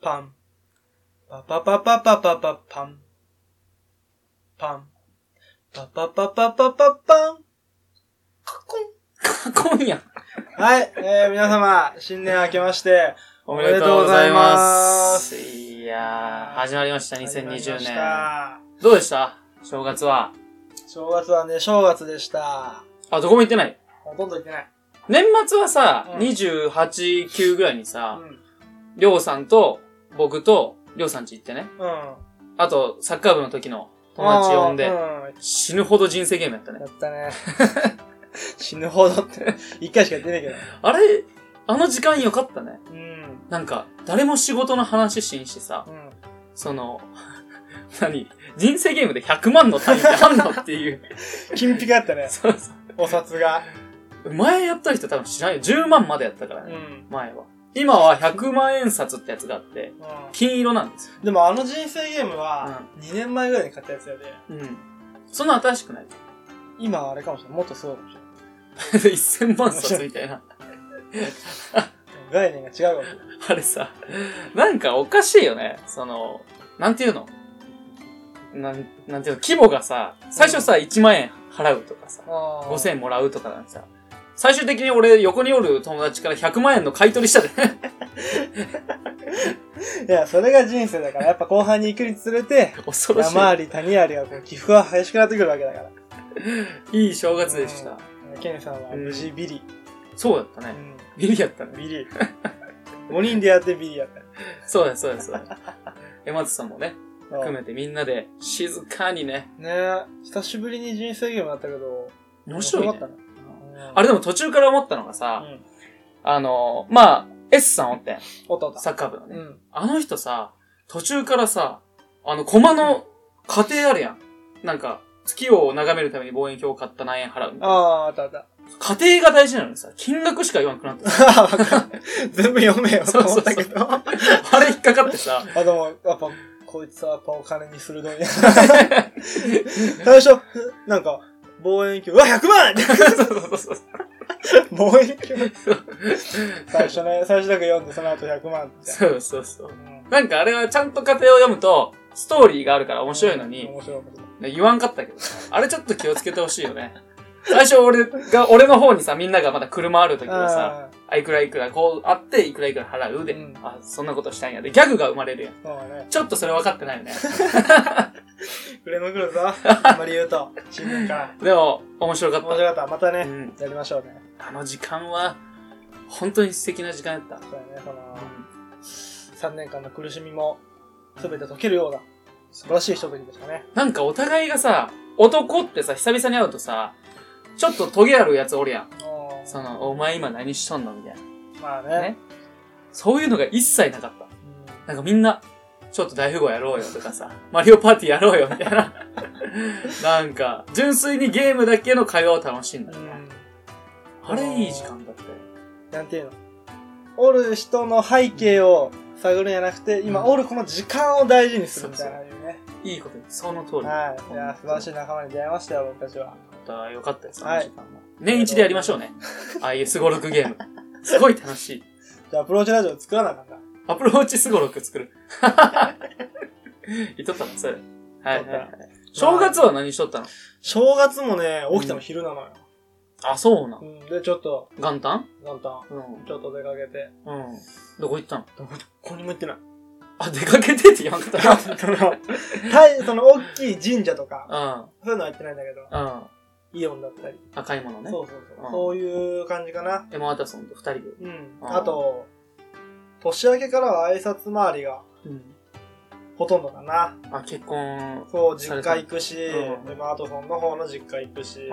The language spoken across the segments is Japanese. パン。パパパパパパパパン。パン。パパパパパパパン。カコン。今夜。はい、えー、皆様、新年明けまして、おめでとうございまめでとうございます。いやー、始まりました、始まり2020まし年。たどうでした正月は。正月はね、正月でした。あ、どこも行ってない。ほとんど行ってない。年末はさ、うん28、9ぐらいにさ、ん。りょうさんと、僕と、りょうさんち行ってね。うん。あと、サッカー部の時の友達呼んうで、ん。死ぬほど人生ゲームやったねや。ったね。 死ぬほどって、一回しか出ないけど。あれ、あの時間よかったね。うん。なんか、誰も仕事の話しんしさ、うん。その、 何人生ゲームで100万の単位ってあんのっていう。 金ピカやったね、そうそお札が。う。前やった人多分知らないよ。10万までやったからうね。ん。前は。今は100万円札ってやつがあって、う金色なんですよ。ん。でもあの人生ゲームは、2年前ぐらいに買ったやつやで、うん。そんな新しくない 今はあれかもしれない。もっとそうかもしれない。 ?1000 万札みたいな。概念が違うかもしれない。あれさ、なんかおかしいよね。その、なんていうのなん、なんていうの規模がさ、最初さ、1万円払うとかさ、5000円もらうとかなんてさ、最終的に俺横におる友達から100万円の買い取りしたで。 いや、それが人生だから、やっぱ後半に行くにつれて、恐ろし山あり谷ありがこう起伏が激しくなってくるわけだから。い。いい正月でした。ケンさんは無事ビリ。そうだったうね。ん。ビリやったね。ビリ。5人でやってビリやった。そうだそうだそうだ。え、松さんもね、うん含めてみんなで静かにね。ねえ、久しぶりに人生ゲームだったけど、面白い面白ねか。ったね。あれでも途中から思ったのがうさ、ん。あの、まあ、S さんおってん。おったおった。サッカー部のうね。ん。あの人さ、途中からさ、あの、駒の過程あるやん。なんか、月を眺めるために望遠鏡を買った何円払うみたいあな。あ、あったあった。過程が大事なのにさ、金額しか言わなくなって さああ、 わかる。全部読めよとそう思そうそうったけど。あ、あれ引っかかってさ、でも、やっぱ、こいつはやっぱお金に鋭いな。最初、なんか、望遠鏡、うわ、100万そうそうそうそう。 望遠鏡。最初ね、最初だけ読んで、その後100万って。そうそうそうう。んなんかあれはちゃんと過程を読むと、ストーリーがあるから面白いのに、面白い面白いね言わんかったけどさ、あれちょっと気をつけてほしいよね。最初俺が、俺の方にさ、みんながまだ車ある時はさ、ああ、いくらいくら、こうあって、いくらいくら払うで、うんあ、そんなことしたんやで、ギャグが生まれるやーん。そうだね。ちょっとそれ分かってないよね。売れまくるぞ。あんまり言うと。新年から。でも、面白か面っ白かった。またた。ね、うん。やりましょうね。あの時間は、本当に素敵な時間やった。そうだね、そのう、ん3年間の苦しみも、すべて解けるような、素晴らしいひとときでしたね。なんかお互いがさ、男ってさ、久々に会うとさ、ちょっとトゲあるやつおるやん。うんその、お前今何しとんのみたいまあな。ねね。。そういうのが一切なかっうた。んなんかみんな、ちょっと大富豪やろうよとかさ、マリオパーティーやろうよみたい な。なんか、純粋にゲームだけの会話を楽しんだうね、ん。あれいい時間だったよ。なんていうのおる人の背景を探るんじゃなくて、今うんおるこの時間を大事にするみたいなね。いいことその通り。よはい。いや、素晴らしい仲間に出会いましたよ、僕たちは。かったよかったです、はいあの時間も。年一でやりましょうね。ああいうすごろくゲーム。すごい楽しい。じゃあ、アプローチラジオ作らなあかった。アプローチすごろく作る。 言っとったのそれ。はいはいはい。正月は何しとったの正月もね、起きたの昼なのよ。あ、そうな。うんん、で、ちょっと、元旦元旦、うん。ちょっと出かけて、うん。どこ行ったのどこ、どこにも行ってない。あ、出かけてって言わんかった。 その、大その、大きい神社とか、うそういうのは行ってないんだけど、ん。うん。イオンだったり。赤いものね。そうそうそう。うんそういう感じかな。エマ・ワタソンと二人で。うん。あーあと、年明けからは挨拶回りがほとんどかな。あ、結婚。そう、実家行くし、うんでマートソンの方の実家行くし。うん。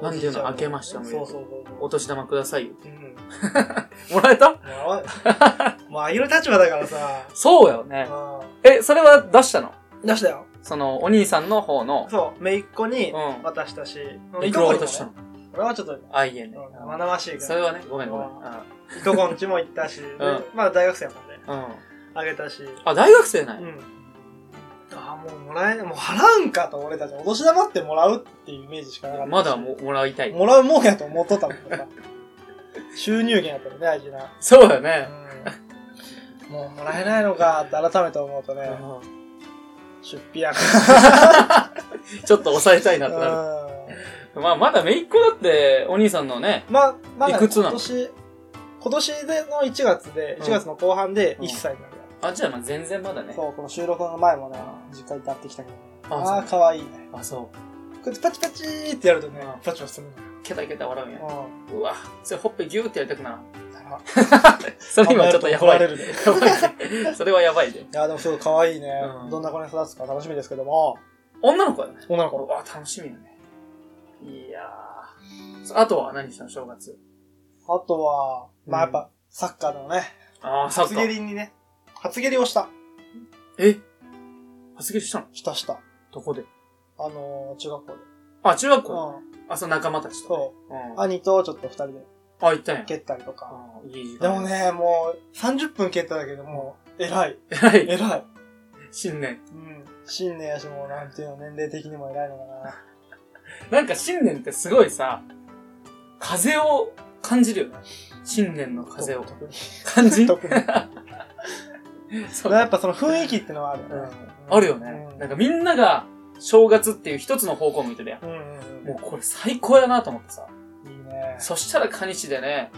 なんていうの明けましておめでそとうう。そうそうおそ年玉くださいよ。う。うん。もらえたまあ、 まあ、あげる立場だから さ。そうやよね。うえ、それは出したのん。出したよ。その、お兄さんの方の。そう、姪っ子にうん渡したし。いいくらとこに渡もしたねの。これはちょっと、あ、いえね。うん生々しいかそら。れはね、ごめんごめん。うんあいとこんちも行ったし、でんまだ大学生やもんね。うん。あげたし。あ、大学生なんうや。ん。ああ、もうもらえ、もう払うんかと俺たち、お年玉ってもらうっていうイメージしかなかったし。まだももらいたい。 もらうもんやと思っとったもんさ。収入源やったらね、大事な。そうやね。うもうもらえないのかって改めて思うとね、うん出費やな。ちょっと抑えたい なってなうる。まあ、まだめいっ子だって、お兄さんのね、んまあ、まだいくつなの今年、今年での1月で、うん1月の後半でうん1歳になる、あ、じゃあまあ全然まだね。そう、この収録の前もね、実家行って会ってきたけど、ああー、あ、そう。かわいいね。あ、そう。こうやってパチパチーってやるとねうん、パチパチするのケタケタ笑うんや。よ。うわ、それほっぺギューってやりたくな。うん。だからそれ今ちょっとやばい。考えると怒られるねやばい ねそれはやばいで。いや、でもすごい可愛いねう。んどんな子に育つか楽しみですけども、女の子だね。女のこ子れ、わ、楽しみだね。いやー。あとは何したの正月。あとは、まあやっうぱ、サッカーのね、ああ、サッ初カ蹴ー。りにね、初蹴りをした。え初蹴りしたのしたした。どこであのー、中学校で。あ、中学校。うあ、そう、仲間たちん。と。そうう。ん。あ、兄とちょっと二人で行ったんや。蹴ったりとか。あーいい時で間も。ね、もう、30分蹴っただけでもう、偉い。偉い。偉い。新年。うん。新年やし、もう、なんていうの、年齢的にも偉いのかな。なんか新年ってすごいさ、風を感じるよね。新年の風を特に。感 じ特に。そうやっぱその雰囲気ってのはあるよね。うんあるよね。うんなんかみんなが正月っていう一つの方向を向いてるやん。うんうんもうこれ最高やなと思ってさ。うん。いいね。そしたら蟹市でね、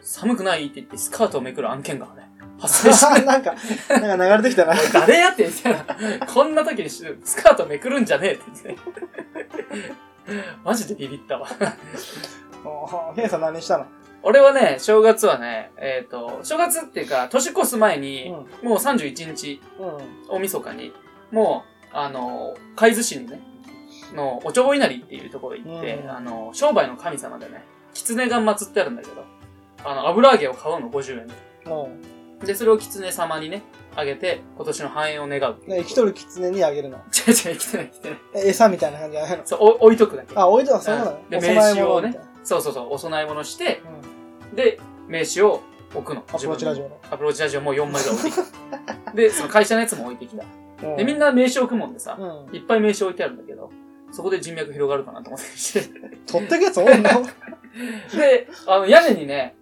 寒くないって言ってスカートをめくる案件がね、発生して、ね、 なんか、なんか流れてきたな。 誰やってみたいな。こんな時にしスカートめくるんじゃねえって言ってね。マジでビビったわ。おー、ケイさん何したの俺はね、正月はね、えっ、と、正月っていうか、年越す前に、もう31日、うん。うん。大晦日に、もう、あの、海津市にね、の、おちょぼ稲荷っていうところ行って、うんあの、商売の神様でね、狐が祀ってあるんだけど、あの、油揚げを買うの50円で。もで、それを狐様にね、あげて、今年の繁栄を願う。 う、ね生きとる狐にあげるの。違う違う、生きてない、生きてない。え餌みたいな感じじゃないの。そう、お置いとくだけ。あ、置いてたそうなのうんでお供え名刺を物ねみたいなそうそうそう、お供え物して、うん。で、名刺を置くの。アプローチラジオの。アプローチラジオもう4枚ぐらい置いてき た。で、その会社のやつも置いてきた。うで、みん、な名刺置くもんでさ、うん。いっぱい名刺置いてあるんだけど、そこで人脈広がるかなと思ってして。取ってくやつおんの で、あの、屋根にね、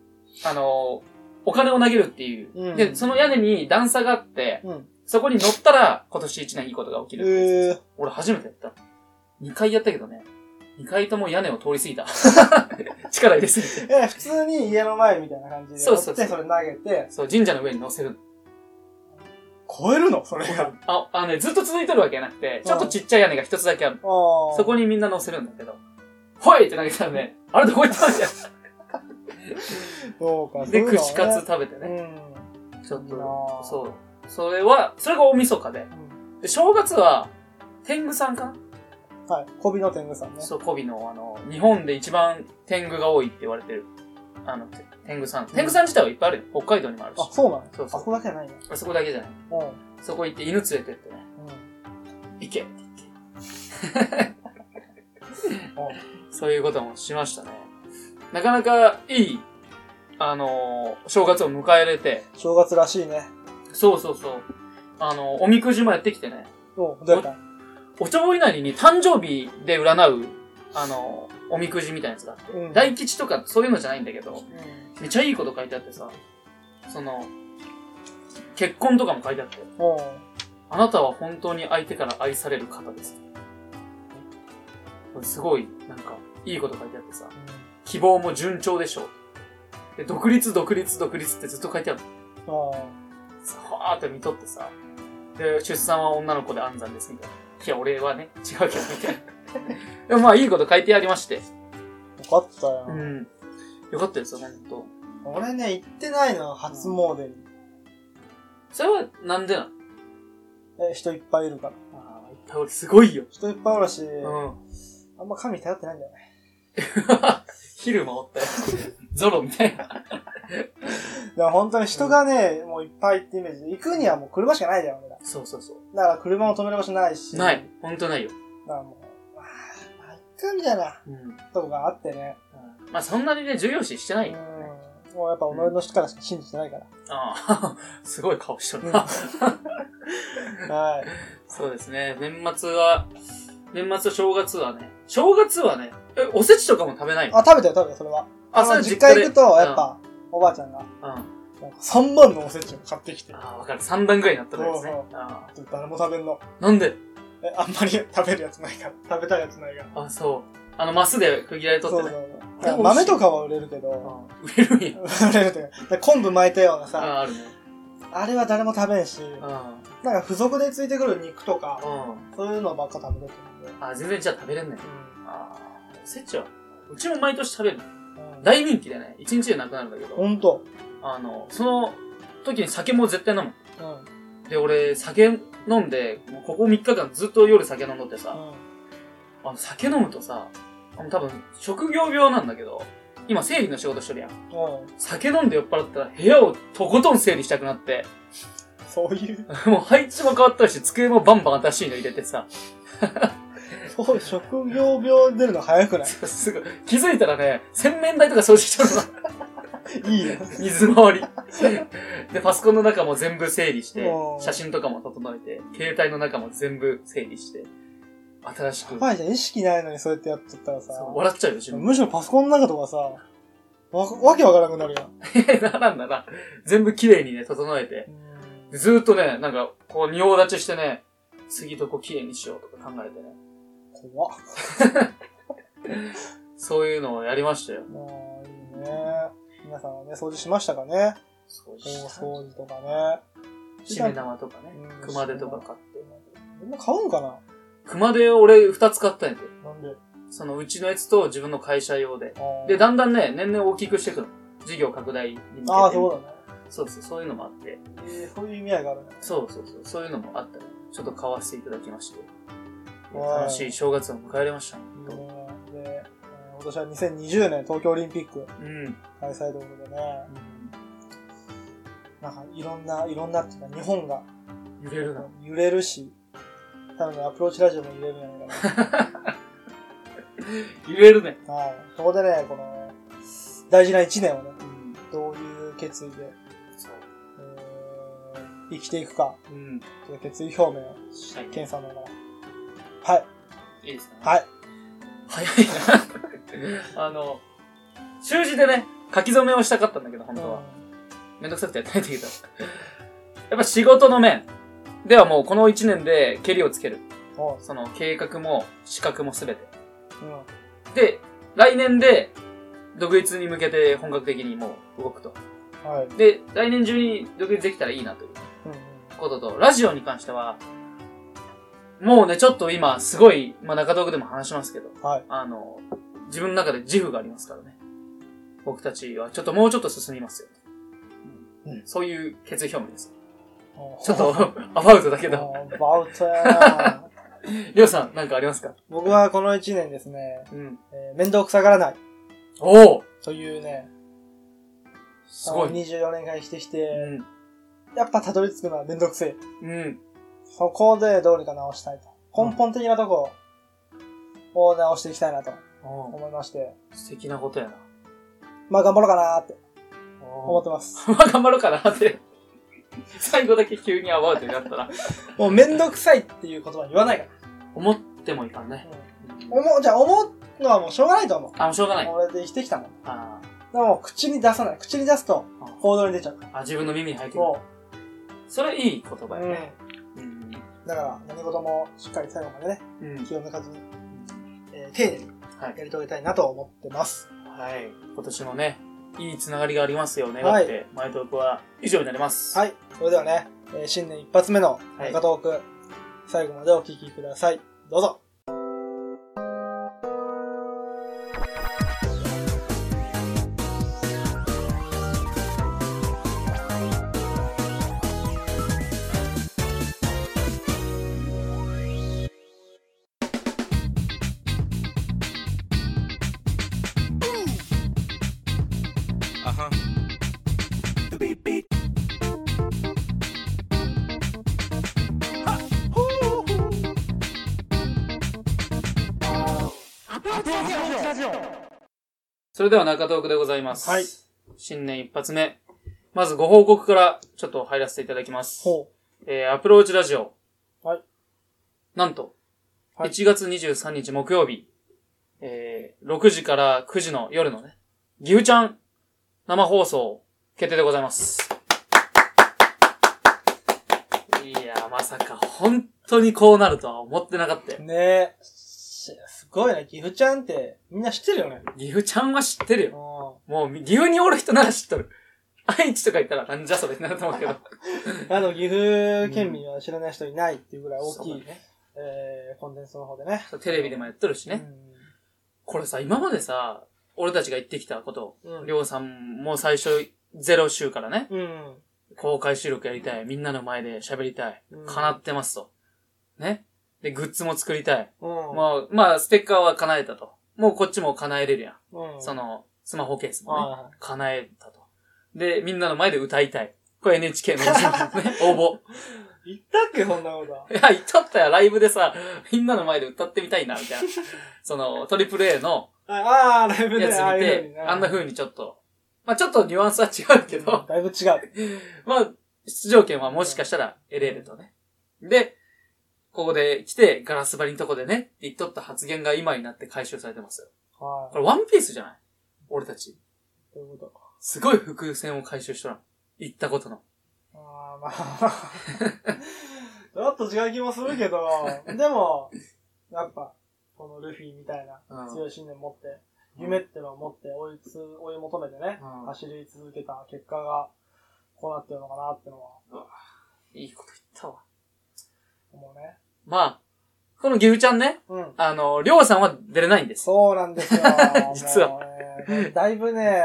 あの、お金を投げるっていう。うんで、その屋根に段差があって、うん。そこに乗ったら今年1年いいことが起きる。えー、俺初めてやった。2回やったけどね、2回とも屋根を通り過ぎた。 力入れすぎて。え、普通に家の前みたいな感じで、そうそう持そうってそれ投げて、そう、神社の上に乗せる。超えるのそれが。あ、あのね、ずっと続いてるわけじゃなくて、ちょっとちっちゃい屋根が一つだけある。 そそこにみんな乗せるんだけど、ほいって投げたらね、あれどこ行ったんじゃそうか、ん。そうで、いうのね串カツ。食べてうね、ん。ちょっいいなと、ぁそう。それは、それが大晦日で。うん。で、正月は、天狗さんかはい。小びの天狗さんね。そう、コビの、あの、日本で一番天狗が多いって言われてる。あの、て天狗さん。天狗さん自体はいっぱいあるよ。北海道にもあるし。あ、そうなのそうそうあそこだけじゃないのあそこだけじゃない。うん。そこ行って犬連れてってね、うん。行けって言って。 そういうこともしましたね。なかなかいい、あのー正月を迎えれて。正月らしいね。そうそうそう。あのおみくじもやってきてね。うん、どうやったおちょぼいなりに誕生日で占う、あのおみくじみたいなやつがあって。うん大吉とかそういうのじゃないんだけど、うん。めっちゃいいこと書いてあってさ、その、結婚とかも書いてあって、おうあなたは本当に相手から愛される方です。これすごい、なんか、いいこと書いてあってさ、希望も順調でしょう。で、独立、独立、独立ってずっと書いてある。おうさあーって見とってさ、で、出産は女の子で安産です、みたいな。いや、俺はね、違うけど、みたいな。でもまあ、いいこと書いてありまして。よかったよ。うん。よかったですよ、ほんと。俺ね、行ってないの、初詣に。それは、なんでなのえ、人いっぱいいるから。ああ、いっぱい俺、すごいよ。人いっぱいおるし、うん。あんま神頼ってないんじゃない昼回ったよ。 ゾロみたいな。でも本当に人がね、もういっぱいってイメージで、行くにはもう車しかないじゃん、俺ら。だそうそうそから車も止める場所ないし。う。ない。。ほんとないよ。だからもう、ああ、まあ、行くみたいなうん。とこがあってね。まあそんなにね、重要視してなういんよ。。もうやっぱ己の人からしか信じてないから。ああ、 すごい顔してるな。はい。そうですね。年末は、年末と正月はね、正月はね、え、おせちとかも食べないのあ、食べたよ、食べたよ、それは。ああ、そそれの実実家家で行くと、やっぱ、おばあちゃんが、うん。もう3万のおせちを買ってきて、ああ、わかる。3段ぐらいになった時ですねそう。あ誰も食べんの。あなんでえ、あんまり食べるやつないから。食べたいやつないから。あ、そう。あの、マスで区切られとそうってそうね。そういや。豆とかは売れるけど、売れるんや。売れるというか、昆布巻いたようなあさ、あ、あるね。あれは誰も食べんし、あなんか付属でついてくる肉とかあ、、うん。そういうのばっか食べれてるんで。ああ、全然じゃあ食べれんねん。うああ、おせちは。うちも毎年食べる。んうん。大人気でね、一日でなくなるんだけど、ほんと。あの、その時に酒も絶対飲む。うん。うん。で、俺、酒飲んで、もうここ3日間ずっと夜酒飲んどってさ、あの、酒飲むとさ、あの多分、職業病なんだけど、今、整理の仕事しとるやん。うん。酒飲んで酔っ払ったら、部屋をとことん整理したくなって、 そういう、もう配置も変わったし、机もバンバン新しいの入れてさ、 そう、職業病出るの早くないすごい、気づいたらね、洗面台とか掃除しとるの。いいよ。 水回り。で、パソコンの中も全部整理してお、ー写真とかも整えて、携帯の中も全部整理して、新しくや。ばいじゃん、意識ないのにそうやってやっとったらさ、そう笑っちゃうよ、自分。むしろパソコンの中とかさ、わ、わけわからなくなるよ。 ならんだな。全部綺麗にね、整えて。でずーっとね、なんか、こう、仁王立ちしてね、次どこ綺麗にしようとか考えてね。怖っ。そういうのをやりましたよ。もう、いいね。皆さんはね、掃除しましたかねそう大掃除とかね。しめ縄とかねうん。熊手とか買って。みんな買うんかな熊手を俺二つ買ったんやで。なんで。そのうちのやつと自分の会社用で。あーで、だんだんね、年々大きくしてくの。事業拡大に向けて。あー、そうだね。そうそう、そういうのもあって。えーそういう意味合いがあるね。そうそうそう、そういうのもあったね。ちょっと買わせていただきまして。はい楽しい正月を迎えれましたね。いいねで、えー今年は2020年東京オリンピックうん。開催ということでね、なんかいろんな、いろんなっていうか日本が揺れるな。揺れるし、多分ね、アプローチラジオも揺れるんじゃないか揺れるね。 な。はい。そこでね、この、大事な一年をね、どういう決意で、そう。えー生きていくか、うん。という決意表明を、したいね。検査の中ら。はい。いいですかはい。早いな。あの、習字でね、書き初めをしたかったんだけど、本当は。めんどくさくてやってないんだけど。やっぱ仕事の面ではもうこの1年で蹴りをつける。おうその計画も資格もすべて。うん。で、来年で独立に向けて本格的にもう動くと。はい。で、来年中に独立できたらいいなといううんうん。ことと、ラジオに関しては、もうね、ちょっと今すごい、まあ中東区でも話しますけど、はい。あの、自分の中で自負がありますからね。僕たちはちょっともうちょっと進みますよ。うんそういう決意表明です。おう ちょっと アバウトだけど、あーバウトやなりょうさんなんかありますか僕はこの一年ですね、うん。えー面倒くさがらないおおというね、すごあのい。 24年間生きてきうて、ん。やっぱたどり着くのは面倒くせえ。うん。そこでどうにか直したいと。根本的なとこを直していきたいなとお思いまして、ー素敵なことやな。まあ頑張ろうかなーって思おってます。ー 頑張ろうかなって。最後だけ急にアバウトになったら、もうめんどくさいっていう言葉言わないから。思ってもいかんね。うん、思う、じゃあ思うのはもうしょうがないと思う。あ、もうしょうがない。俺で生きてきたもん。あでも口に出さない。口に出すと行動に出ちゃうから。ーあ、自分の耳に入ってくる。もそれいい言葉う、やうんね。。うん。だから何事もしっかり最後までね、うん。気を抜かずに、えー丁寧にはい。やり遂げたいなと思ってます。はい。今年もね、いいつながりがありますよう願って、前トークは以上になります。はい。それではね、えー新年一発目のはい中トーク、最後までお聞きください。どうぞ。 Uh-huh. Beep beep. Ha! それでは中トークでございます。はい。新年一発目。まずご報告からちょっと入らせていただきます。ほえー、アプローチラジオ。はい。なんと、はい1月23日木曜日、えー、6時から9時の夜のね、ギフちゃん生放送を決定でございます。いや、まさか、本当にこうなるとは思ってなかったよ。ねえ。すすごいな、ギフちゃんって、みんな知ってるよね。岐阜ちゃんは知ってるよ。うもう、岐阜におる人なら知っとる。愛知とか行ったら、なんじゃそれってなると思うけど。 ん。あの、岐阜県民は知らない人いないっていうぐらい大きい、そうだねえー、コンテンツの方でね。テレビでもやっとるしね。これさ、今までさ、俺たちが言ってきたこと、うん。うん。りょうさんも最初、ゼロ週からね、うん。公開収録やりたい、みんなの前で喋りたい、うん叶ってますと。ね。で、グッズも作りたい。うん。まあ、まあ、ステッカーは叶えたと。もうこっちも叶えれるやん。うん。その、スマホケースもね、は叶えたと。で、みんなの前で歌いたい。これ NHK の、ね、 応い。言ったっけ、そんなこと。募。いや、言っとったよ、ライブでさ、みんなの前で歌ってみたいな、み たいな。その、トリプル A のああー、ライブでやつああ見いうて、あんな風にちょっと、まあちょっとニュアンスは違うけど、だいぶ違う。まあ、出場権はもしかしたら得れるとね。で、ここで来て、ガラス張りのとこでね、って言っとった発言が今になって回収されてますよ。はいこ。れワンピースじゃない俺たち。ということ。すごい伏線を回収しとらん。言ったことの。あーまあ、 ちょっと違う気もするけど、でも、やっぱ、このルフィみたいなうん強い信念持って、うん夢ってのを持って追いつ、追い求めてね、うん走り続けた結果が、こうなってるのかなってのは、いいこと言ったわ。思うね。まあ、このギフちゃんね、うん。あの、りょうさんは出れないんです。そうなんですよ。 実はもうねだいぶね、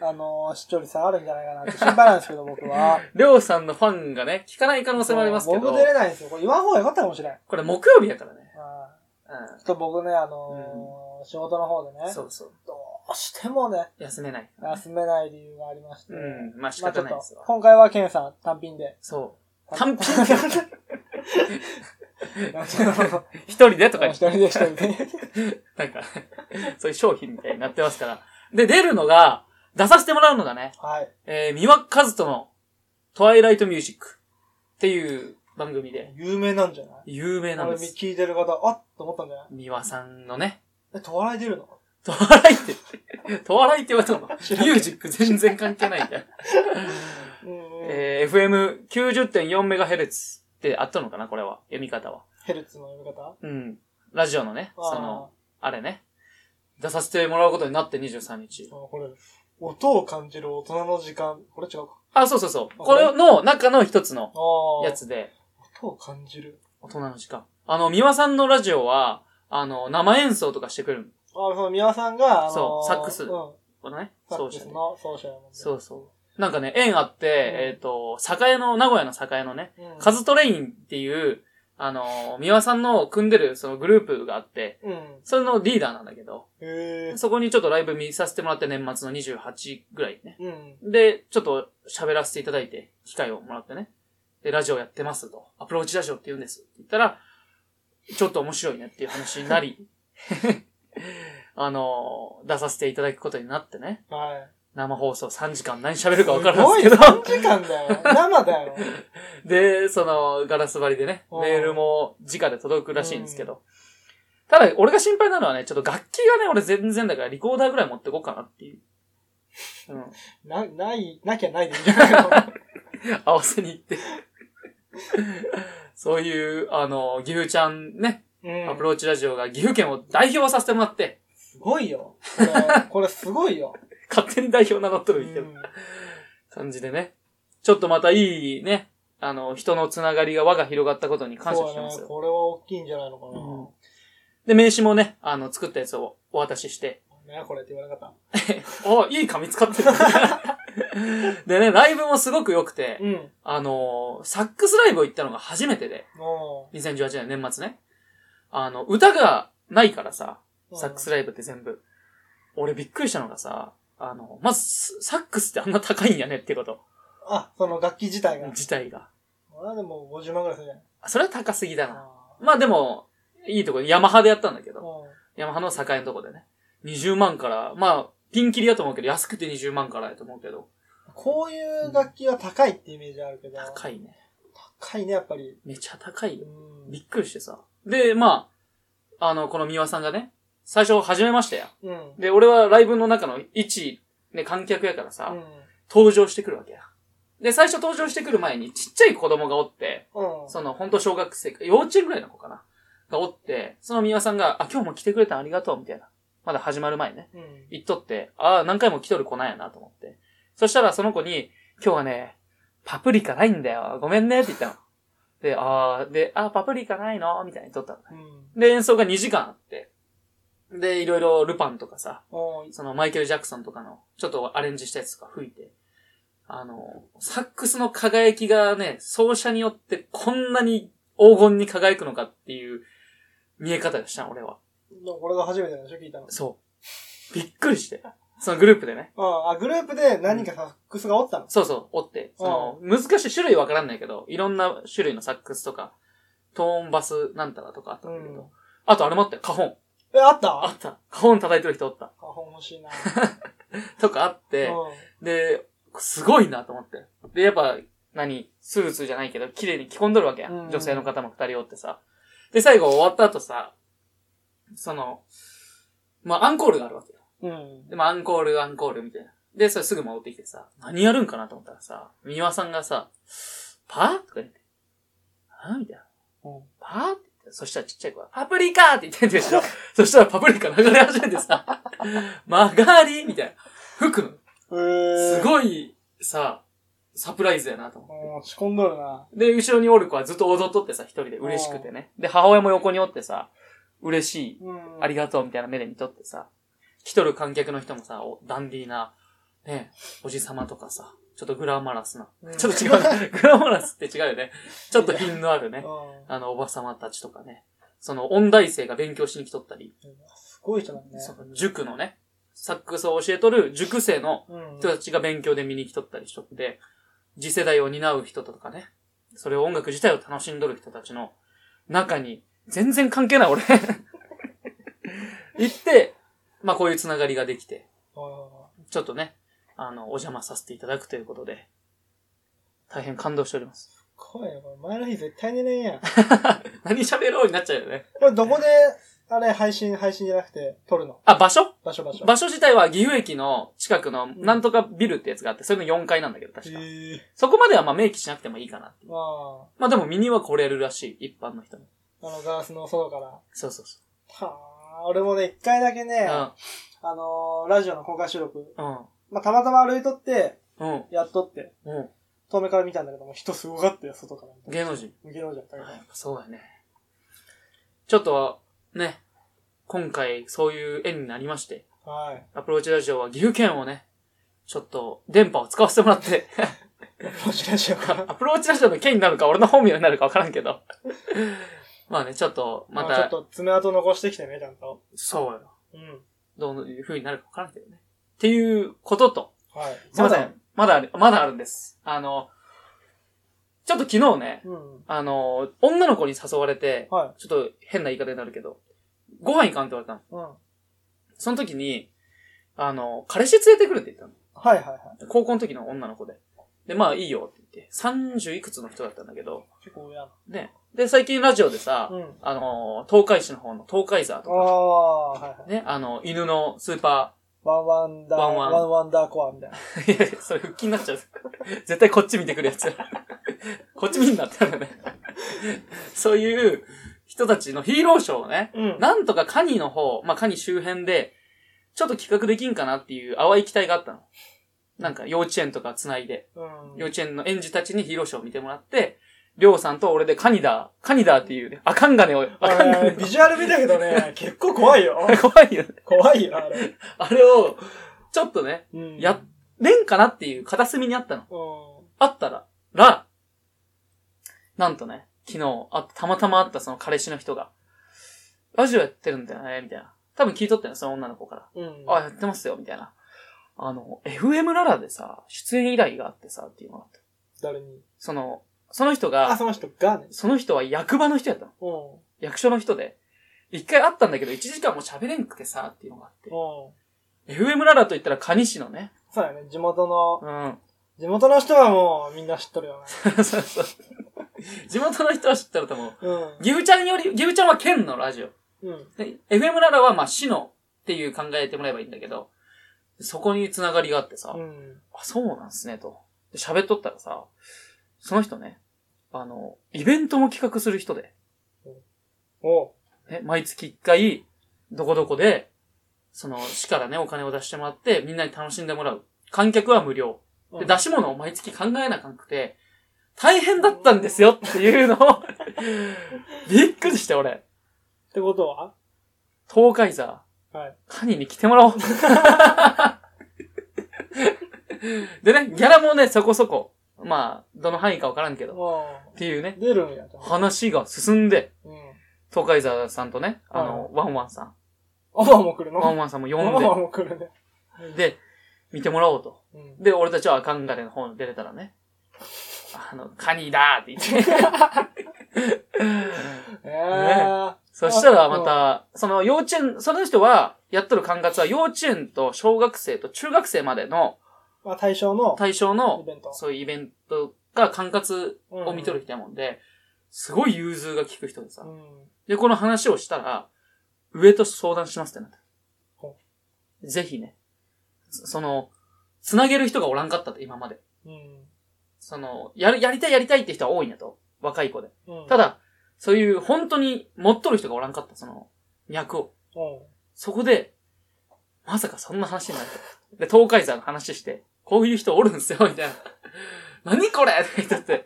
あの視聴率下がるんじゃないかなって心配なんですけど、僕は。りょうさんのファンがね、聞かない可能性もありますけ僕ど出、れないんですよ。これ言わん方がよかったかもしれん。うんこれ木曜日やからね。ちょっと僕ね、あのー仕事の方でうん。ね、そうそう。どうしてもね、休めない。休めない理由がありまして。うん。まあ仕まあち方ょっないとです、わ。今回はケンさん単品で。そ う。単品で一人一人でとかで言って一人で。なんか、 そういう商品みたいになってますから。で、出るのが、出させてもらうのがね、はい。えー、三輪和人のトワイライトミュージックっていう番組で有名なんじゃない有名なん俺です。聞いてる方、あっと思ったんじゃない三輪さんのね、え、と笑い出るのトワライ って、トワライって言われたのミ知らんュージック全然関係ないんだよ。 うんうん。えー、FM90.4MHz ってあったのかなこれは。読み方は。ヘルツの読み方うん。ラジオのね、あーその、あれね。出させてもらうことになって23日。あこれ、音を感じる大人の時間。これ違うか。あ、そうそうそう。これの中の一つのああ。や。つで、音を感じる。大人の時間。あの、三輪さんのラジオは、あの、生演奏とかしてくれるあその、宮さんが、あのーそうサックスうん。このね、サ奏ック者スで。の奏者やもんね。そうそう。なんかね、縁あって、えっ、と、栄の、名古屋の栄のね、うん。カズトレインっていう、あの、三輪さんの組んでるそのグループがあって、うん。それのリーダーなんだけど、へえ。そこにちょっとライブ見させてもらって、年末の28ぐらいね。うん。で、ちょっと喋らせていただいて、機会をもらってね。で、ラジオやってますと。アプローチラジオって言うんです。って言ったら、ちょっと面白いねっていう話に なり、あの出させていただくことになってね。はい。生放送3時間何喋るか分からんですすけごいど。 3時間だよ。生だよ。で、その、ガラス張りでね、うんメールも直で届くらしいんですけど。ただ、俺が心配なのはね、ちょっと楽器がね、俺全然だから、リコーダーぐらい持ってこうかなっていう。うん。な、ない、なきゃないでいいんじゃないの 合わせに行って。そういう、あの、岐阜ちゃんね、うんアプローチラジオが岐阜県を代表させてもらって、すごいよ。これ、これすごい よ。勝手に代表名乗っとうるみたいなん感じでね。ちょっとまたいいね、あの、人のつながりが輪が広がったことに感謝そうしてだますね。よ。これは大きいんじゃないのかな。で、名刺もね、あの、作ったやつをお渡し して、ね、これって言わなかっおいい紙使ってる。 でね、ライブもすごく良くてた。、うん。あの、サックスライブを行ったのが初めてで、も2018年年末ね。あの、歌がないからさ、う。サックスで。ライブって全部。俺びっくりしたのがさ、あの、まず、サックスってあんな高いんやねってこと。あ、その楽器自体が。自体が。あでも50万ぐらいするじゃないそれは高すぎだな。あまあでも、いいとこ、ヤマハでやったんだけーど、うんヤマハの境のとこでね。20万から、まあ、ピンキリやと思うけど、安くて20万からやと思うけど、こういう楽器は高いってイメージあるけど。高い。いね。高いね、やっぱり。めちゃ高いうよ。ん。びっくりしてさ。で、まあ、あの、この三輪さんがね、最初、初めましてや。うん。で、俺はライブの中の一、ね、観客やからさ、うん登場してくるわけや。で、最初登場してくる前にちっちゃい子供がおって、うん。その、ほんと小学生か、幼稚園ぐらいの子かな。がおって、その三輪さんが、あ、今日も来てくれたんありがとう、みたいな。まだ始まる前ね。うん。行っとって、ああ、何回も来とる子なんやなと思って。そしたらその子に、今日はね、パプリカないんだよ。ごめんねって言ったの。で、ああ、で、あーパプリカないのみたいに撮ったの。うん。で、演奏が2時間あって。で、いろいろルパンとかさ、おーいそのマイケル・ジャクソンとかの、ちょっとアレンジしたやつとか吹いて。あの、サックスの輝きがね、奏者によってこんなに黄金に輝くのかっていう見え方でしたの、俺は。でもこれが初めてなんでしょ聞いたの。そう。びっくりして。そのグループでね。うん。あ、グループで何人かサックスがおったの。そうそう、おって。その、難しい種類わからんないけど、いろんな種類のサックスとか、トーンバスなんたらとかあったんだけど。うんあとあれもあったよ、カホン。え、あったああ、った。カホン叩いてる人おった。本欲 しいな。とかあって、うで、すごいなと思って。で、やっぱ、何、スーツじゃないけど、綺麗に着込んどるわけや、うんん。女性の方も二人おってさ。で、最後終わった後さ、その、まあ、アンコールがあるわけよ。ん。うん。で、まあ、アンコール、アンコールみたいな。で、それすぐ戻ってきてさ、何やるんかなと思ったらさ、三輪さんがさ、パーとか言って、あみたいな。パーって言って、そしたらちっちゃい子が、パプリカーって言ってんでしょ。そしたらパプリカ流れ始めてさ、 曲がりみたいな。吹くの。へーすごい、さ、サプライズやなと思うって。ん、仕込んどるな。で、後ろにおる子はずっと踊っとってさ、一人で嬉しくてね。で、母親も横におってさ、嬉しいうん。ありがとうみたいな目で見とってさ、来とる観客の人もさ、おダンディーな、ね、おじさまとかさ、ちょっとグラマラスなうん。ちょっと違うな。 グラマラスって違うよね。ちょっと品のあるね。うあの、おばさまたちとかね。その、音大生が勉強しに来とったり、ん。すごい人だね。その塾のね、サックスを教えとる塾生のうん。人たちが勉強で見に来とったりしとって、次世代を担う人とかね、それを音楽自体を楽しんどる人たちの中に、全然関係ない俺。 行って、まあこういうつながりができて、うちょっとね、あの、お邪魔させていただくということで、大変感動しております。ん怖いよ、これ。前の日絶対寝れんやん。何喋ろうになっちゃうよね。これどこで、あれ、配信、配信じゃなくて、撮るのあ、場所場所場所。場所自体は岐阜駅の近くのんなんとかビルってやつがあって、それの4階なんだけど、確か。へえ。そこまではまあ明記しなくてもいいかなっていう。ままあでもミニは来れるらしい、一般の人も。あ、あの、ガラスの外から。そうそうそはあ、俺もね、一回だけね、う。あのーラジオの公開収録、うまあ、たまたま歩いとって、ん。うん。やっとって、うん。う遠目から見たんだけども、人すごかったよ、外から。ん。芸能人。芸能人だったけど。やっぱそうやね。ちょっと、ね、今回そういう縁になりまして、はい。アプローチラジオは岐阜県をね、ちょっと電波を使わせてもらって、もしかしようか。アプローチラジオの県になるか、俺の本名になるかわからんけど。まあね、ちょっと、あま、ちょったと爪痕残してきてね、ちゃんと。そうよ。うん。どういう風になるかわからんけどね。っていうことと、はい。すいませだん。まだある、まだあるんです。あの、ちょっと昨日ね、うん。あの、女の子に誘われて、はちょっと変な言い方になるけど、ご飯行かんって言われたの。い。うん。はいその時に、あの、彼氏連れてくるって言ったの。はいはい。高校の時の女の子で。で、まあいいよって言って、30いくつの人だったんだけど、結構嫌な。ね。で、最近ラジオでさ、うん。あの、東海市の方の東海座あとか、あ、はいはい。ね、あの、犬のスーパワンワンダー、ワンワンワンワンダーコアみたいな。ー、 いやいやそれ腹筋になっちゃう。絶対こっち見てくるやつ。こっち見んなってなるね。そういう人たちのヒーローショーをね、うんなんとかカニの方、まあ、カニ周辺で、ちょっと企画できんかなっていう淡い期待があったの。なんか幼稚園とか繋いで、うん。幼稚園の園児たちにヒーローショーを見てもらって、りょうさんと俺でカニだ、カニだっていうね、あかんがねを、あかんがあれねビジュアル見たけど ね、結構怖いよ。を、怖いよね。怖いよ、あれ。あれを、ちょっとね、うんやっ、れんかなっていう片隅にあったの。うん。あったら、ら、なんとね、昨日、あたまたま会ったその彼氏の人が、ラジオやってるんだよね、みたいな。多分聞いとったよ、その女の子から。うん。あ、やってますよ、みたいな。あの、FM ララでさ、出演依頼があってさ、っていうのがあって。誰にその、その人あ、が、その人がね。その人は役場の人やったの。うん。役所の人で。一回会ったんだけど、1時間も喋れんくてさ、っていうのがあうん。っそて。FM ララと言ったら、蟹市のね。うだよね。地元の、うん。 地元の人はもうみんな知っとるよね。そうそう。地元の人は知ってると思う。う岐阜ちゃんより、岐阜ちゃんは県のラジオ。ん。うん。で FM ララはまあ市のっていう考えてもらえばいいんだけど、そこに繋がりがあってさ、うん。あ、そうなんすね、と。で喋っとったらさ、その人ね、あの、イベントも企画する人で、おね、毎月一回、どこどこで、その、市からね、お金を出してもらって、みんなに楽しんでもらう。観客は無料。うで、ん出し物を毎月考えなあかんくて、大変だったんですよっていうの を、びっくりして、俺。ってことは東海座、はい。カニに来てもらおう。 でね、ギャラもね、そこそこ。まあ、どの範囲かわからんけど。あっていうねー、出るんやと。話が進んで、うん。東海座さんとね、あの、ワンワンさん。オファーも来るのワンワンさんも呼オファーんも来るね。で、で、見てもらおうと。うん。で、俺たちはアカンガレの方に出れたらね、あの、カニだーって言って。 えー。そしたらまた、その幼稚園、その人は、やっとる管轄は幼稚園と小学生と中学生までのまあ、対象の対象のイ、ベント。そういうイベントが管轄を見とる人やもんで、すごい融通が効く人でさう。ん。で、この話をしたら、上と相談しますってなったほ。ぜひね、そその、つなげる人がおらんかったって、今まで。うん。その、やる、やりたいやりたいって人は多いんやと。若い子で。うん。た、だ、そういう本当に持っとる人がおらんかった、その、脈を。うん。そこで、まさかそんな話になると。で、東海山の話して、こういう人おるんすよ、みたいな。何これって言って。っ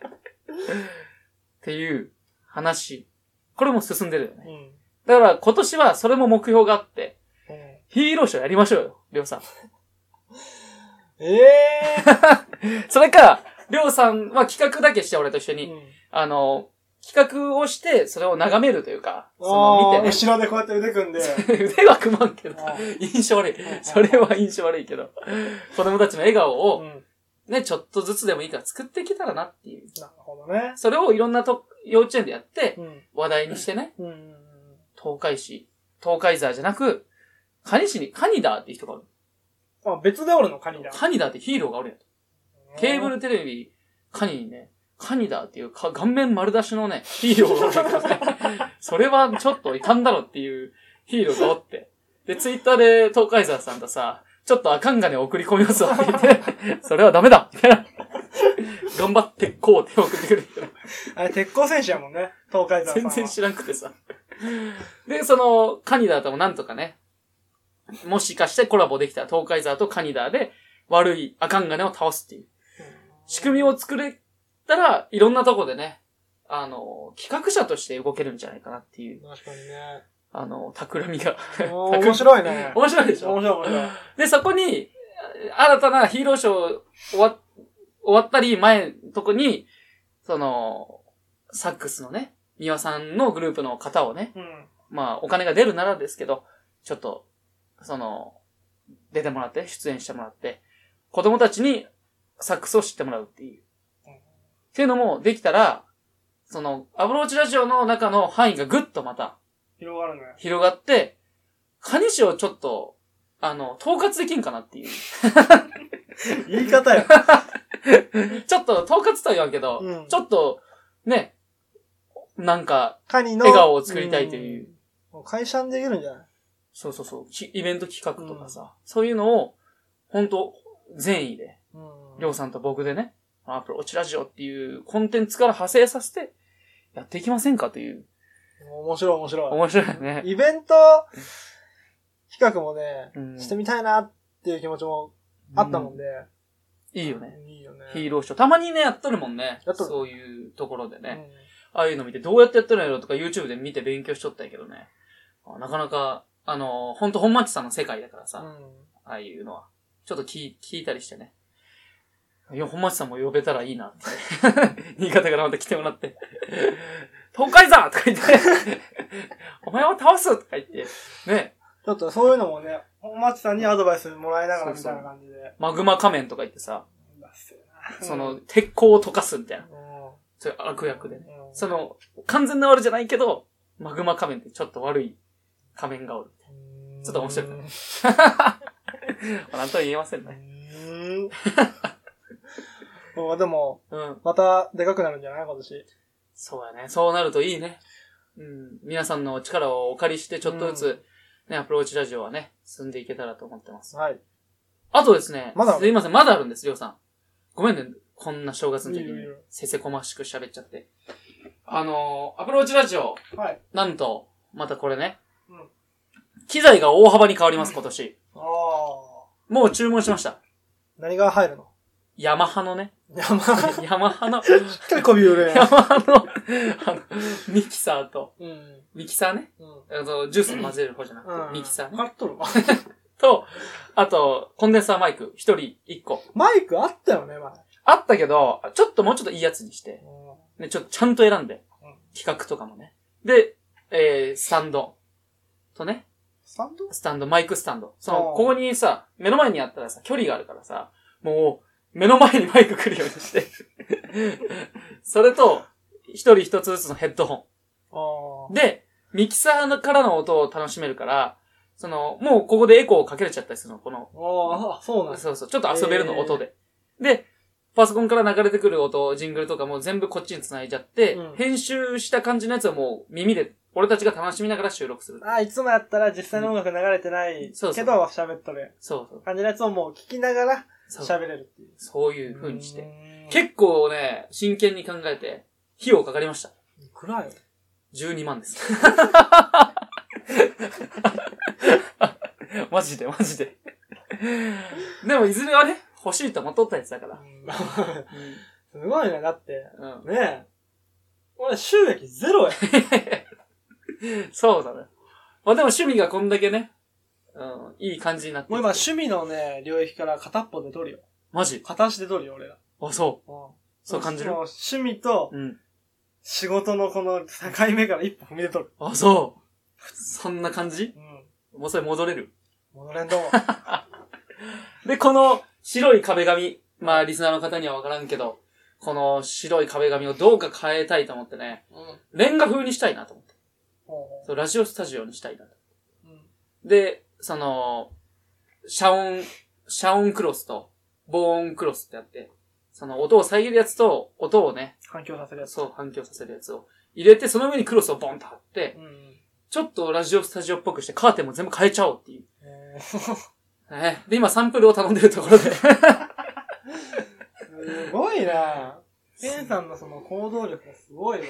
ていう話。これも進んでるよね。 うん。だから今年はそれも目標があって、うんヒーローショーやりましょうよ、りょうさん。ええーそれか、りょうさんは企画だけして俺と一緒に、うんあの、企画をして、それを眺めるというか、そのあ見あ、てね。後ろでこうやって腕組んで。腕は組まんけど、あー印象悪い。 それは印象悪いけど、子供たちの笑顔うを、ん。ね、ちょっとずつでもいいから作っていけたらなっていう。なるほどね。それをいろんなと、幼稚園でやって、うん。話題にしてね、うん。東海市、東海座じゃなく、カニ市に、カニダーっていう人がおる。あ、別でおるの、カニだ。カニダーってヒーローがおるやん。ケーブルテレビ、カニにね、カニだっていうか顔面丸出しのね、ヒーローがおるんですねそれはちょっといかんだろっていうヒーローがおって。で、ツイッターで東海沢さんとさ、ちょっとあかんがね送り込みますわって言って、それはダメだみたいな。頑張ってこうって送ってくる人あれ、鉄鋼戦士やもんね、東海山さん全は。然知らんくてさ。 で、その、カニダーともなんとかね、もしかしてコラボできたら東海沢とカニダーで悪いアカンガネを倒すっていう。仕組みを作れたら、いろんなとこでね、あの、企画者として動けるんじゃないかなっていう、確かにね。あの、企みが。あー面白いね。面白いでし面ょ白い、面白い。で、そこに、あ新たなヒーローショー終わ、終わったり前のとこに、その、サックスのね、ミワさんのグループの方をね、うん。まあ、お金が出るならですけど、ちょっと、その、出てもらって、出演してもらって、子供たちにサックスを知ってもらうっていう。うんっていうのもできたら、その、アプローチラジオの中の範囲がぐっとまた広がるね。広がって、蟹市をちょっと、あの、統括できんかなっていう。 言い方よ。ちょっと、統括とは言わんけど、うんちょっと、ね、なんか、カニの。笑顔を作りたいという。もう会社にできるんじゃないそうそうそう、きイベント企画とかさ、そういうのを、本当善意で、うんりょうさんと僕でね、アプローチラジオっていうコンテンツから派生させて、やっていきませんかという。面白い、面白面白いよね。い。イベント企画もね、うんしてみたいなっていう気持ちもあったもんで。いいよね。いいよね。ヒーローショー。たまにね、やっとるもんねや。っとるそういうところでうね。んああいうの見て、どうやってやってるんやろとか YouTube で見て勉強しとったんやけどね。あなかなか、あのー、ほんと本町さんの世界だからさ、ああいうのは。ちょっと聞い聞いたりしてね。いや、本町さんも呼べたらいいなって。 新潟からまた来てもらって。 東海山とか言って。 お前を倒すとか言って。ね。ちょっとそういうのもね、本町さんにアドバイスもらいながらみたいな感じで。マグマ仮面とか言ってさ、うんその、、鉄鋼を溶かすみたいな。うそういう悪役でね。んその、完全な悪じゃないけど、マグマ仮面ってちょっと悪い仮面がおる。 うんちょっと面白いかまあなんとは言えませんうね。ん。 もうでも、うん。またでかくなるんじゃない今年。そうやね。そうなるといいね。うん。皆さんの力をお借りして、ちょっとずつ、ね、アプローチラジオはね、進んでいけたらと思ってます。はい。あとですね。まだあるすいません、まだあるんです、りょうさん。ごめんね、こんな正月の時いいよいいによ、せせこましく喋っちゃって。あのー、アプローチラジオ、はい。なんと、またこれね。うん機材が大幅に変わります、今年。ああ。もう注文しました。何が入るのヤマハ のね。山。しっヤマハの、かり媚び売れヤマハの、あの、ミキサーと、うん。ミキサーね。うん。あの、ジュースに混ぜる方じゃなくうて、ん。ミキサーね。買っとるわ。と、あと、コンデンサーマイク、一人一個。マイクあったよね、前。あったけど、ちょっともうちょっといいやつにして、うね、ちょっとちゃんと選んでうん、企画とかもね。で、えー、スタンド。とね、スタンドスタンド、マイクスタンド。そのあ、ーここにさ、目の前にあったらさ、距離があるからさ、もう、目の前にマイク来るようにして。 それと、一人一つずつのヘッドホあン。で、ミキサーからの音を楽しめるから、その、もうここでエコーをかけれちゃったりするの、この、あ。ああ、そうなんです。そうそう、ちょっと遊べるの、音で。で、パソコンから流れてくる音、ジングルとかも全部こっちに繋いじゃって、うん編集した感じのやつはもう耳で、俺たちが楽しみながら収録する。ああ、いつもやったら実際の音楽流れてないそうそうけど喋っとるそうそう。感じのやつをもう聞きながらそう喋れるっていう。そういう風にして。て結構ね、真剣に考えて、費用かかりました。構暗いよ。 12万 です。マジで、マジで。でも、いずれはね、欲しいと思っとったやつだから。すごいね、だって。うん。ねえ。俺収益ゼ ロや。そうだね。まあでも趣味がこんだけね、うん、いい感じになってきてもう今趣味のね、領域から片っぽで取るよ。マジ片足で取るよ、俺ら。あ、そう。うんそう感じるもう趣味とうん。仕事のこの境目から一歩踏み出とる。あ、そう。そんな感じうん。もうそれ戻れる。戻れんと も。で、この白い壁紙。まあ、リスナーの方にはわからんけど、この白い壁紙をどうか変えたいと思ってね、うんレンガ風にしたいなと思って。ほうほそうラジオスタジオにしたいなと。う。うんで、その、遮音、遮音クロスと、防音クロスってあって、その音を遮るやつと、音をね、反響させるやつ。そう、反響させるやつを入れて、その上にクロスをボンと貼って、うん。ちょっとラジオスタジオっぽくしてカーテンも全部変えちゃおうっていう。えーねで、今サンプルを頼んでるところで。すごいなペンさんのその行動力がすごいわ。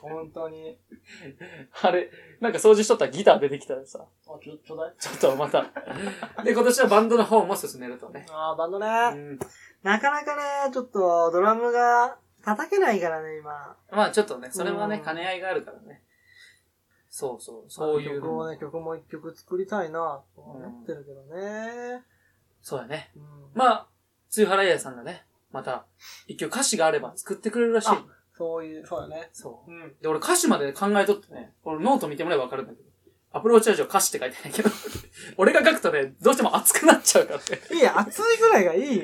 本当に。 あれ、なんか掃除しとったらギター出てきたらさ、あ、ちょ、ちょうだい。ちょっとまた。で、今年はバンドの方も進めるとね。あー、バンドね。うんなかなかね、ちょっとドラムが叩けないからね、今。まあちょっとね、それはねう、ん兼ね合いがあるからね。そうそう、そういう曲の。をね、曲も一曲作りたいな、と思ってるけどね。そうやね。うんまあ、つゆはらやさんがね、また、一曲歌詞があれば作ってくれるらしい。あそういう、そうだね。そう。うん。で、俺歌詞まで考えとってね、俺ノート見てもらえばわかるんだけど、アプローチラジオ歌詞って書いてないけど、 俺が書くとね、どうしても熱くなっちゃうからね。いいや、熱いぐらいがいい。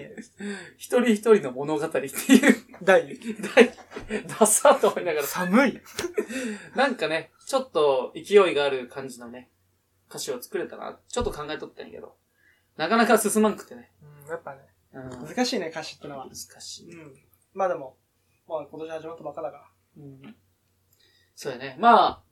一人一人の物語っていう、第一大ダサーと思いながら、寒い。なんかね、ちょっと勢いがある感じのね、歌詞を作れたら、ちょっと考えとったんやけど、なかなか進まんくてね。うん、やっぱね、うん、難難しいね、歌詞ってのは。しうい、ん。まあでも、まあ今年始まったばっかだから。うん。そうやね。まあ、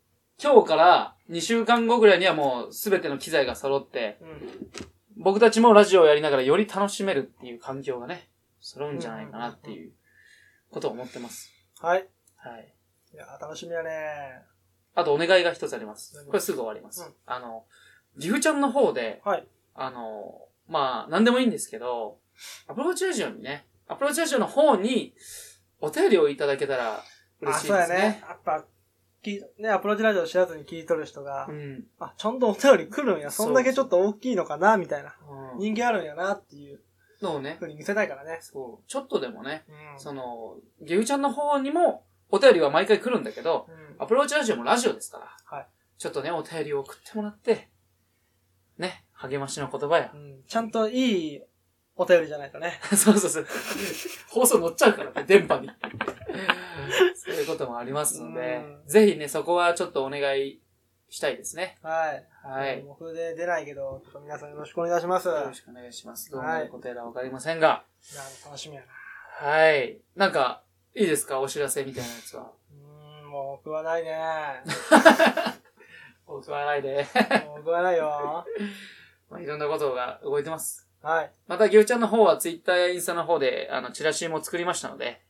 今日から2週間後ぐらいにはもうすべての機材が揃って、うん。僕たちもラジオをやりながらより楽しめるっていう環境がね、揃うんじゃないかなっていうことを思ってます。はい。はい。いやー、楽しみやねあとお願いが一つあります何。これすぐ終わります。うんあの、リフちゃんの方で、はいあの、まあ、なんでもいいんですけど、アプローチラジオにね、アプローチラジオの方にお便りをいただけたら嬉あ、しいそうでやすねね。。やっぱ、きね、アプローチラジオ知らずに聞いとる人が、うん。あ、ちゃんとお便り来るんや、そうそんだけちょっと大きいのかな、みたいな。うん。人気あるんやな、っていうそうね。ふうに見せたいからね。そう。ちょっとでもね、うんその、リフちゃんの方にもお便りは毎回来るんだけど、うんアプローチラジオもラジオですから、はいちょっとね、お便りを送ってもらって、ね、励ましの言葉や う。んちゃんといいお便りじゃないとね。そうそうそう。放送乗っちゃうからね、電波に。そういうこともありますのでう、ぜひね、そこはちょっとお願いしたいですね。はい。はい。よ僕で出ないけど、ちょっと皆さんよろしくお願いします。ろしくお願いします。どうもはいお答えはわかりませんが。いや楽しみやな。はい。なんか、いいですかお知らせみたいなや つは。うーん、もう僕はないね。僕はないで。 もう僕はないよ。まあ、いろんなことが動いてます。 はい。また、ぎゅうちゃんの方はツイッターやインスタの方で、あの、チラシも作りましたので、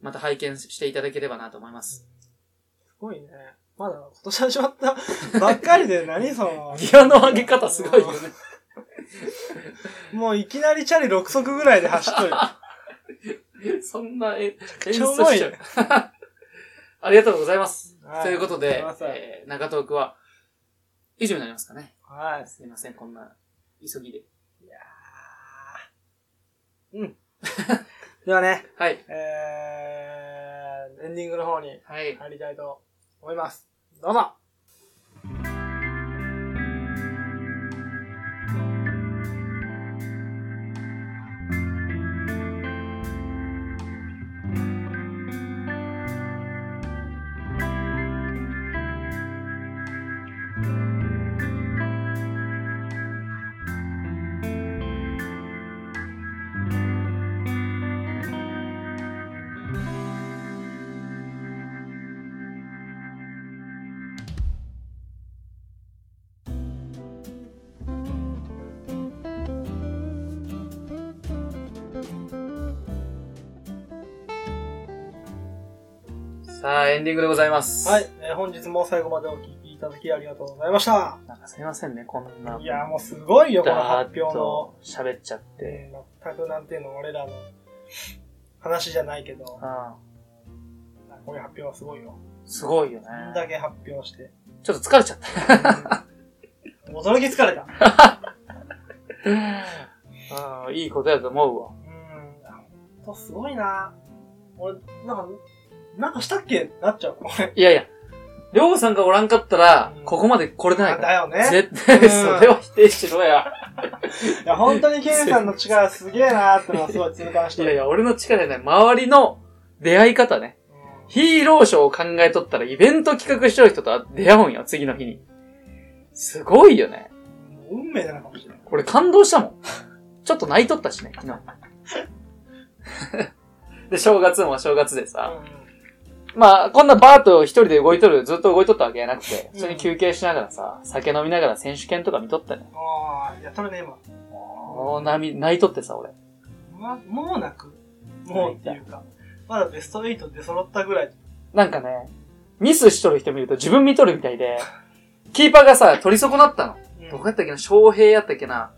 また拝見していただければなと思います。すごいね。まだ今年始まったばっかりで何その。 ギアの上げ方すごいよね。 もういきなりチャリ6足ぐらいで走っとる。 そんな、え、演ちゃ出おもろいしちゃう。 ありがとうございます。はいということで、ありがとうございますえー中トークは、以上になりますかね。はい。すいません、こんな、急ぎで。 ではね、はい。えー、エンディングの方にはい。入りたいと思います。どうぞさあ、エンディングでございます。はい、。えー本日も最後までお聞きいただきありがとうございました。なんかすいませんね、こんな。いやーもうすごいよ、このだ発ー表っのと。喋っちゃって。えー全くなんていうの、俺らの話じゃないけど、こあういう発表はすごいよ。すごいよねこ。んだけ発表して。ちょっと疲れちゃった。 驚き疲れた。うん、いいことやと思うわう。ん、ほんとすごいな俺、なんか、なんかしたっけなっちゃう、俺。いやいや、りょうさんがおらんかったらうん、ここまで来れ てないあかだら。よね。絶対、うんそれは否定しろや。いや、本当にケンさんの力すげえなーってのはすごい痛感し いてやいる。や、俺の力じゃない。周りの出会い方ね。ヒーローショーを考えとったら、イベント企画してる人と出会うんよ、次の日に。すごいよね。うん運命なのかもしれない。俺感動したもん。ちょっと泣いとったしね、昨日。 で、正月も正月でさ、まあ、こんなバーと一人で動いとる、ずっと動いとったわけじゃなくて、普通に休憩しながらさ、酒飲みながら選手権とか見とったね。ああ、やっとるね、今。もう泣み泣いとってさ、俺。ま、もうなくもうっていうか。まだベスト8出揃ったぐらい。なんかね、ミスしとる人見ると自分見とるみた いで、キーパーがさ、取り損なったの。どこやったっけな翔平やったっけな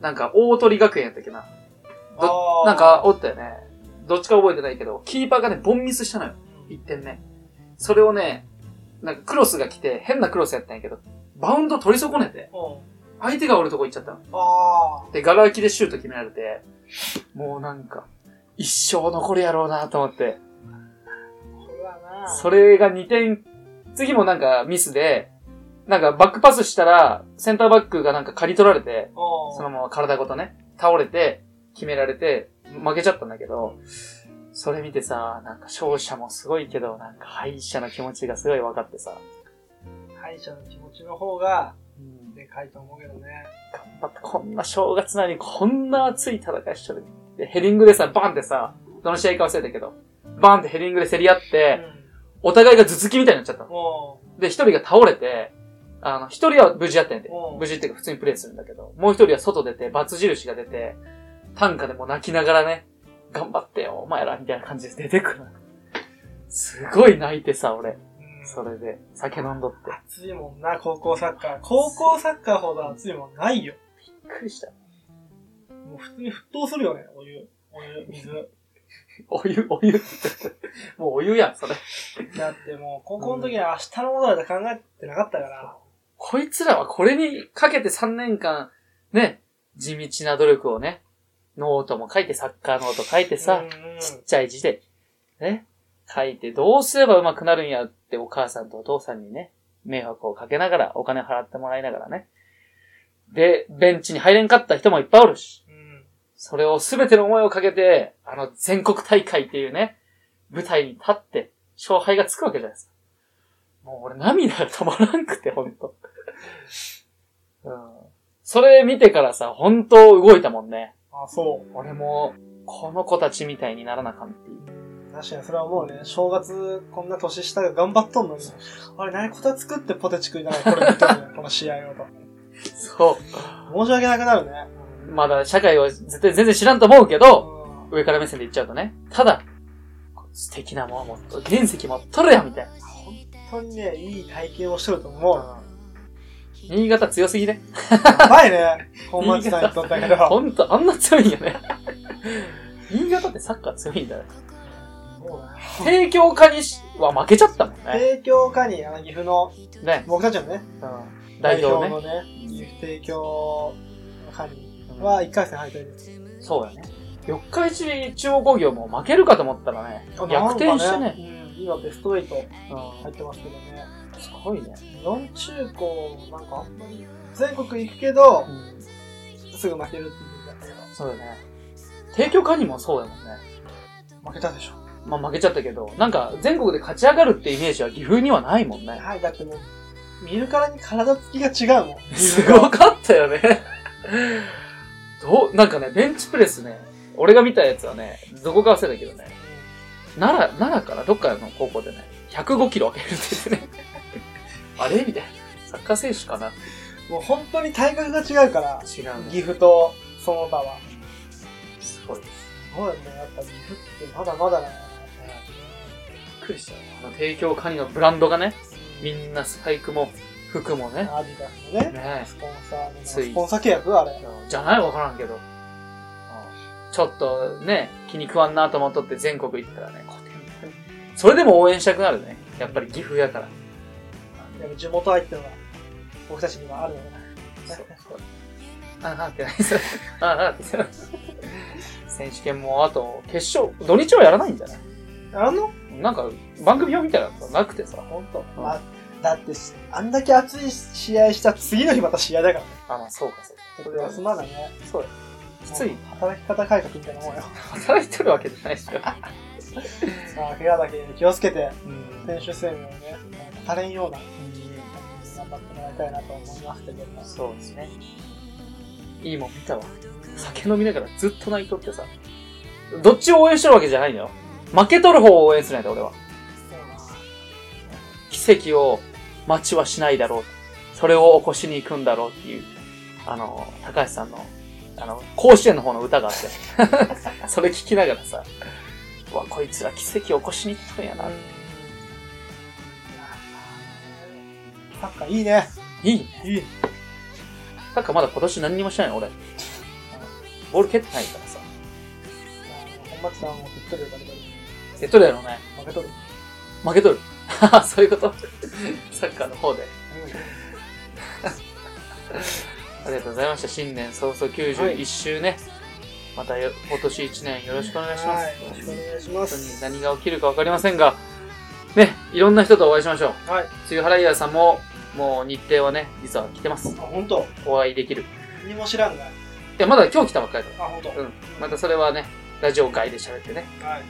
なんか、大鳥学園やったっけなあーなんか、、おったよね。どっちか覚えてないけど、キーパーがね、ボンミスしたのよ。うん1点目。それをね、なんかクロスが来て、変なクロスやったんやけど、バウンド取り損ねて、うん相手が俺のとこ行っちゃったの。あで、ガラ空きでシュート決められて、もうなんか、一生残るやろうなと思って、あ、これはなそれが2点、次もなんかミスで、なんかバックパスしたら、センターバックがなんか刈り取られて、そのうまま体ごとね、倒れて、決められて、負けちゃったんだけど、それ見てさ、なんか勝者もすごいけど、なんか敗者の気持ちがすごい分かってさ、ん。敗者の気持ちの方が、うんでかいと思うけどね。頑張って、こんな正月なのにこんな熱い戦いしてる。で、ヘディングでさ、バンってさ、どの試合か忘れたけど、バンってヘディングで競り合っうて、ん。お互いが頭突きみたいになっちゃったの。おで、一人が倒れて、あの、一人は無事やったんやでうん。無事っていうか普通にプレイするんだけど、もう一人は外出て、罰印が出て、短歌でも泣きながらね、頑張ってよ、お前ら、みたいな感じで出てくる。すごい泣いてさ、俺。うんそれで、酒飲んどって。熱いもんな、高校サッカー。高校サッカーほど熱いもんないよ。びっくりした。もう普通に沸騰するよね、お湯。お湯、水。お湯、お湯って言って。もうお湯やん、それ。だってもう、高校の時は明日のことだと考えてなかったから。こいつらはこれにかけて3年間、ね、地道な努力をね、ノートも書いて、サッカーノート書いてうさ、んうんちっちゃい字で、ね、書いて、どうすれば上手くなるんやってお母さんとお父さんにね、迷惑をかけながら、お金払ってもらいながらね。で、ベンチに入れんかった人もいっぱいおるし。うんそれをすべての思いをかけて、あの全国大会っていうね、舞台に立って、勝敗がつくわけじゃないですか。もう俺涙が止まらんくて、ほんと。うん。それ見てからさ、本当動いたもんね。あ、そう。俺も、この子たちみたいにならなあかんっていう。確かにそれは思うね。正月、こんな年下が頑張っとんのに。あれ、何こたつ食 ってポテチ食いながらこれ見とるね、この試合をと。そ申う。し訳なくなるね。まだ社会は絶対全然知らんと思うけど、うん上から目線で言っちゃうとね。ただ、素敵なもん持っとる、原石持っとるやんみたいな。本当にね、いい体験をしてると思うな。新潟強すぎね。うまいね。本町さんにとったけど。ほんと、あんな強いんやね。 新潟ってサッカー強いんだね。そうだね帝京科にしは負けちゃったもんね。帝京かに、あの、岐阜の、ね。僕たちのね、うん代表ね。のね、岐阜帝京かには1回戦入ってるんです。そうやね。四日市中央工業も負けるかと思ったらね、あ逆転しなてんかね。うん今ベスト8入うってますけどね。ん、すごいね。 4中高、なんかあんまり、全国行くけどう、ん、すぐ負けるっていうやつがそうよね。帝京科にもそうやもんね。負けたでしょ。まあ負けちゃったけど、なんか全国で勝ち上がるってイメージは岐阜にはないもん ね。はい、だってもう、見るからに体つきが違うもん。すごかったよね。 どう、なんかね、ベンチプレスね、俺が見たやつはね、どこか忘れたけどね、奈良、奈良からどっかの高校でね、105キロ上げるって言ってね、 あれみたいな。サッカー選手かなもう本当に体格が違うから、違う岐ね。阜とその他は。すごい。びっそうだね、やっぱ岐阜ってまだまだだね。くりしたよ。あの、帝京カニのブランドがね、みんなスパイクも、服もね、アディダスのね、ねスポンサーの、ついスポンサー契約あれ。じゃないわからんけど。ちょっとね、気に食わんなと思っとって全国行ったらね、こてんぱんそれでも応援したくなるね。やっぱり岐阜やから。やっぱ地元愛ってのが、僕たちにはあるよね。そうそう あんはんってないです。あんはんってない選手権もあと、決勝、土日はやらないんじゃないあの、なんか、番組表みたいなのなくてさ。本当、まあ、だってし、あんだけ熱い試合した次の日また試合だからね。あ、まあそうかそうか。これ休まないね。そうだよきつい。働き方改革みたいなもんよ。働いてるわけじゃないしょ。まあ、怪我だけ気をつけて、うん選手生命をね、語れんような、頑張ってもらいたいなと思いますけども。そうですね。いいもん見たわ。酒飲みながらずっと泣いとってさ。どっちを応援してるわけじゃないんだよ。負けとる方を応援するんだよ、俺は。奇跡を待ちはしないだろう。それを起こしに行くんだろうっていう、あの、高橋さんの、あの、甲子園の方の歌があ って。それ聞きながらさ、うわ、こいつら奇跡を起こしに行ったんやな。サッカーいいね。いいね。いい。サッカーまだ今年何にもしないの、俺。ボール蹴ってないからさ。本町さんも振っとるよ、バリバリ。蹴っとるやろね。負けとる。負けとる。 ああそういうこと。サッカーの方で。ありがとうございました。新年早々91周ね。またよ今年1年よろしくお願いします。はい、よろしくお願いしま本当にす。何が起きるかわかりませんが、ね、いろんな人とお会いしましょう。はい。梅雨原イヤーさんも、もう日程はね、実は来てますあ、。本当。お会いできる。い何も知らんが。や、まだ今日来たばっかりだかあ、本当。ら。うん。またそれはね、ラジオ外で喋ってね、はい。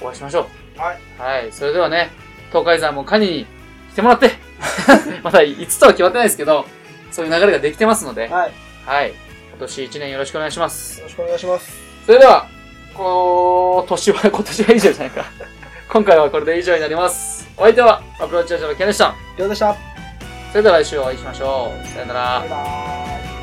お会いしましょはい。う。はい。それではね、東海山もカニに来てもらって、 まだいつとは決まってないですけど、そういう流れができてますので、はい。はい。今年1年よろしくお願いします。よろしくお願いします。それでは、こう、年は、今年は以上じゃないか。今回はこれで以上になります。お相手は、アプローチアジアのキャンでした。りょうでした。それでは来週お会いしましょう。さよならバイ。バーイ。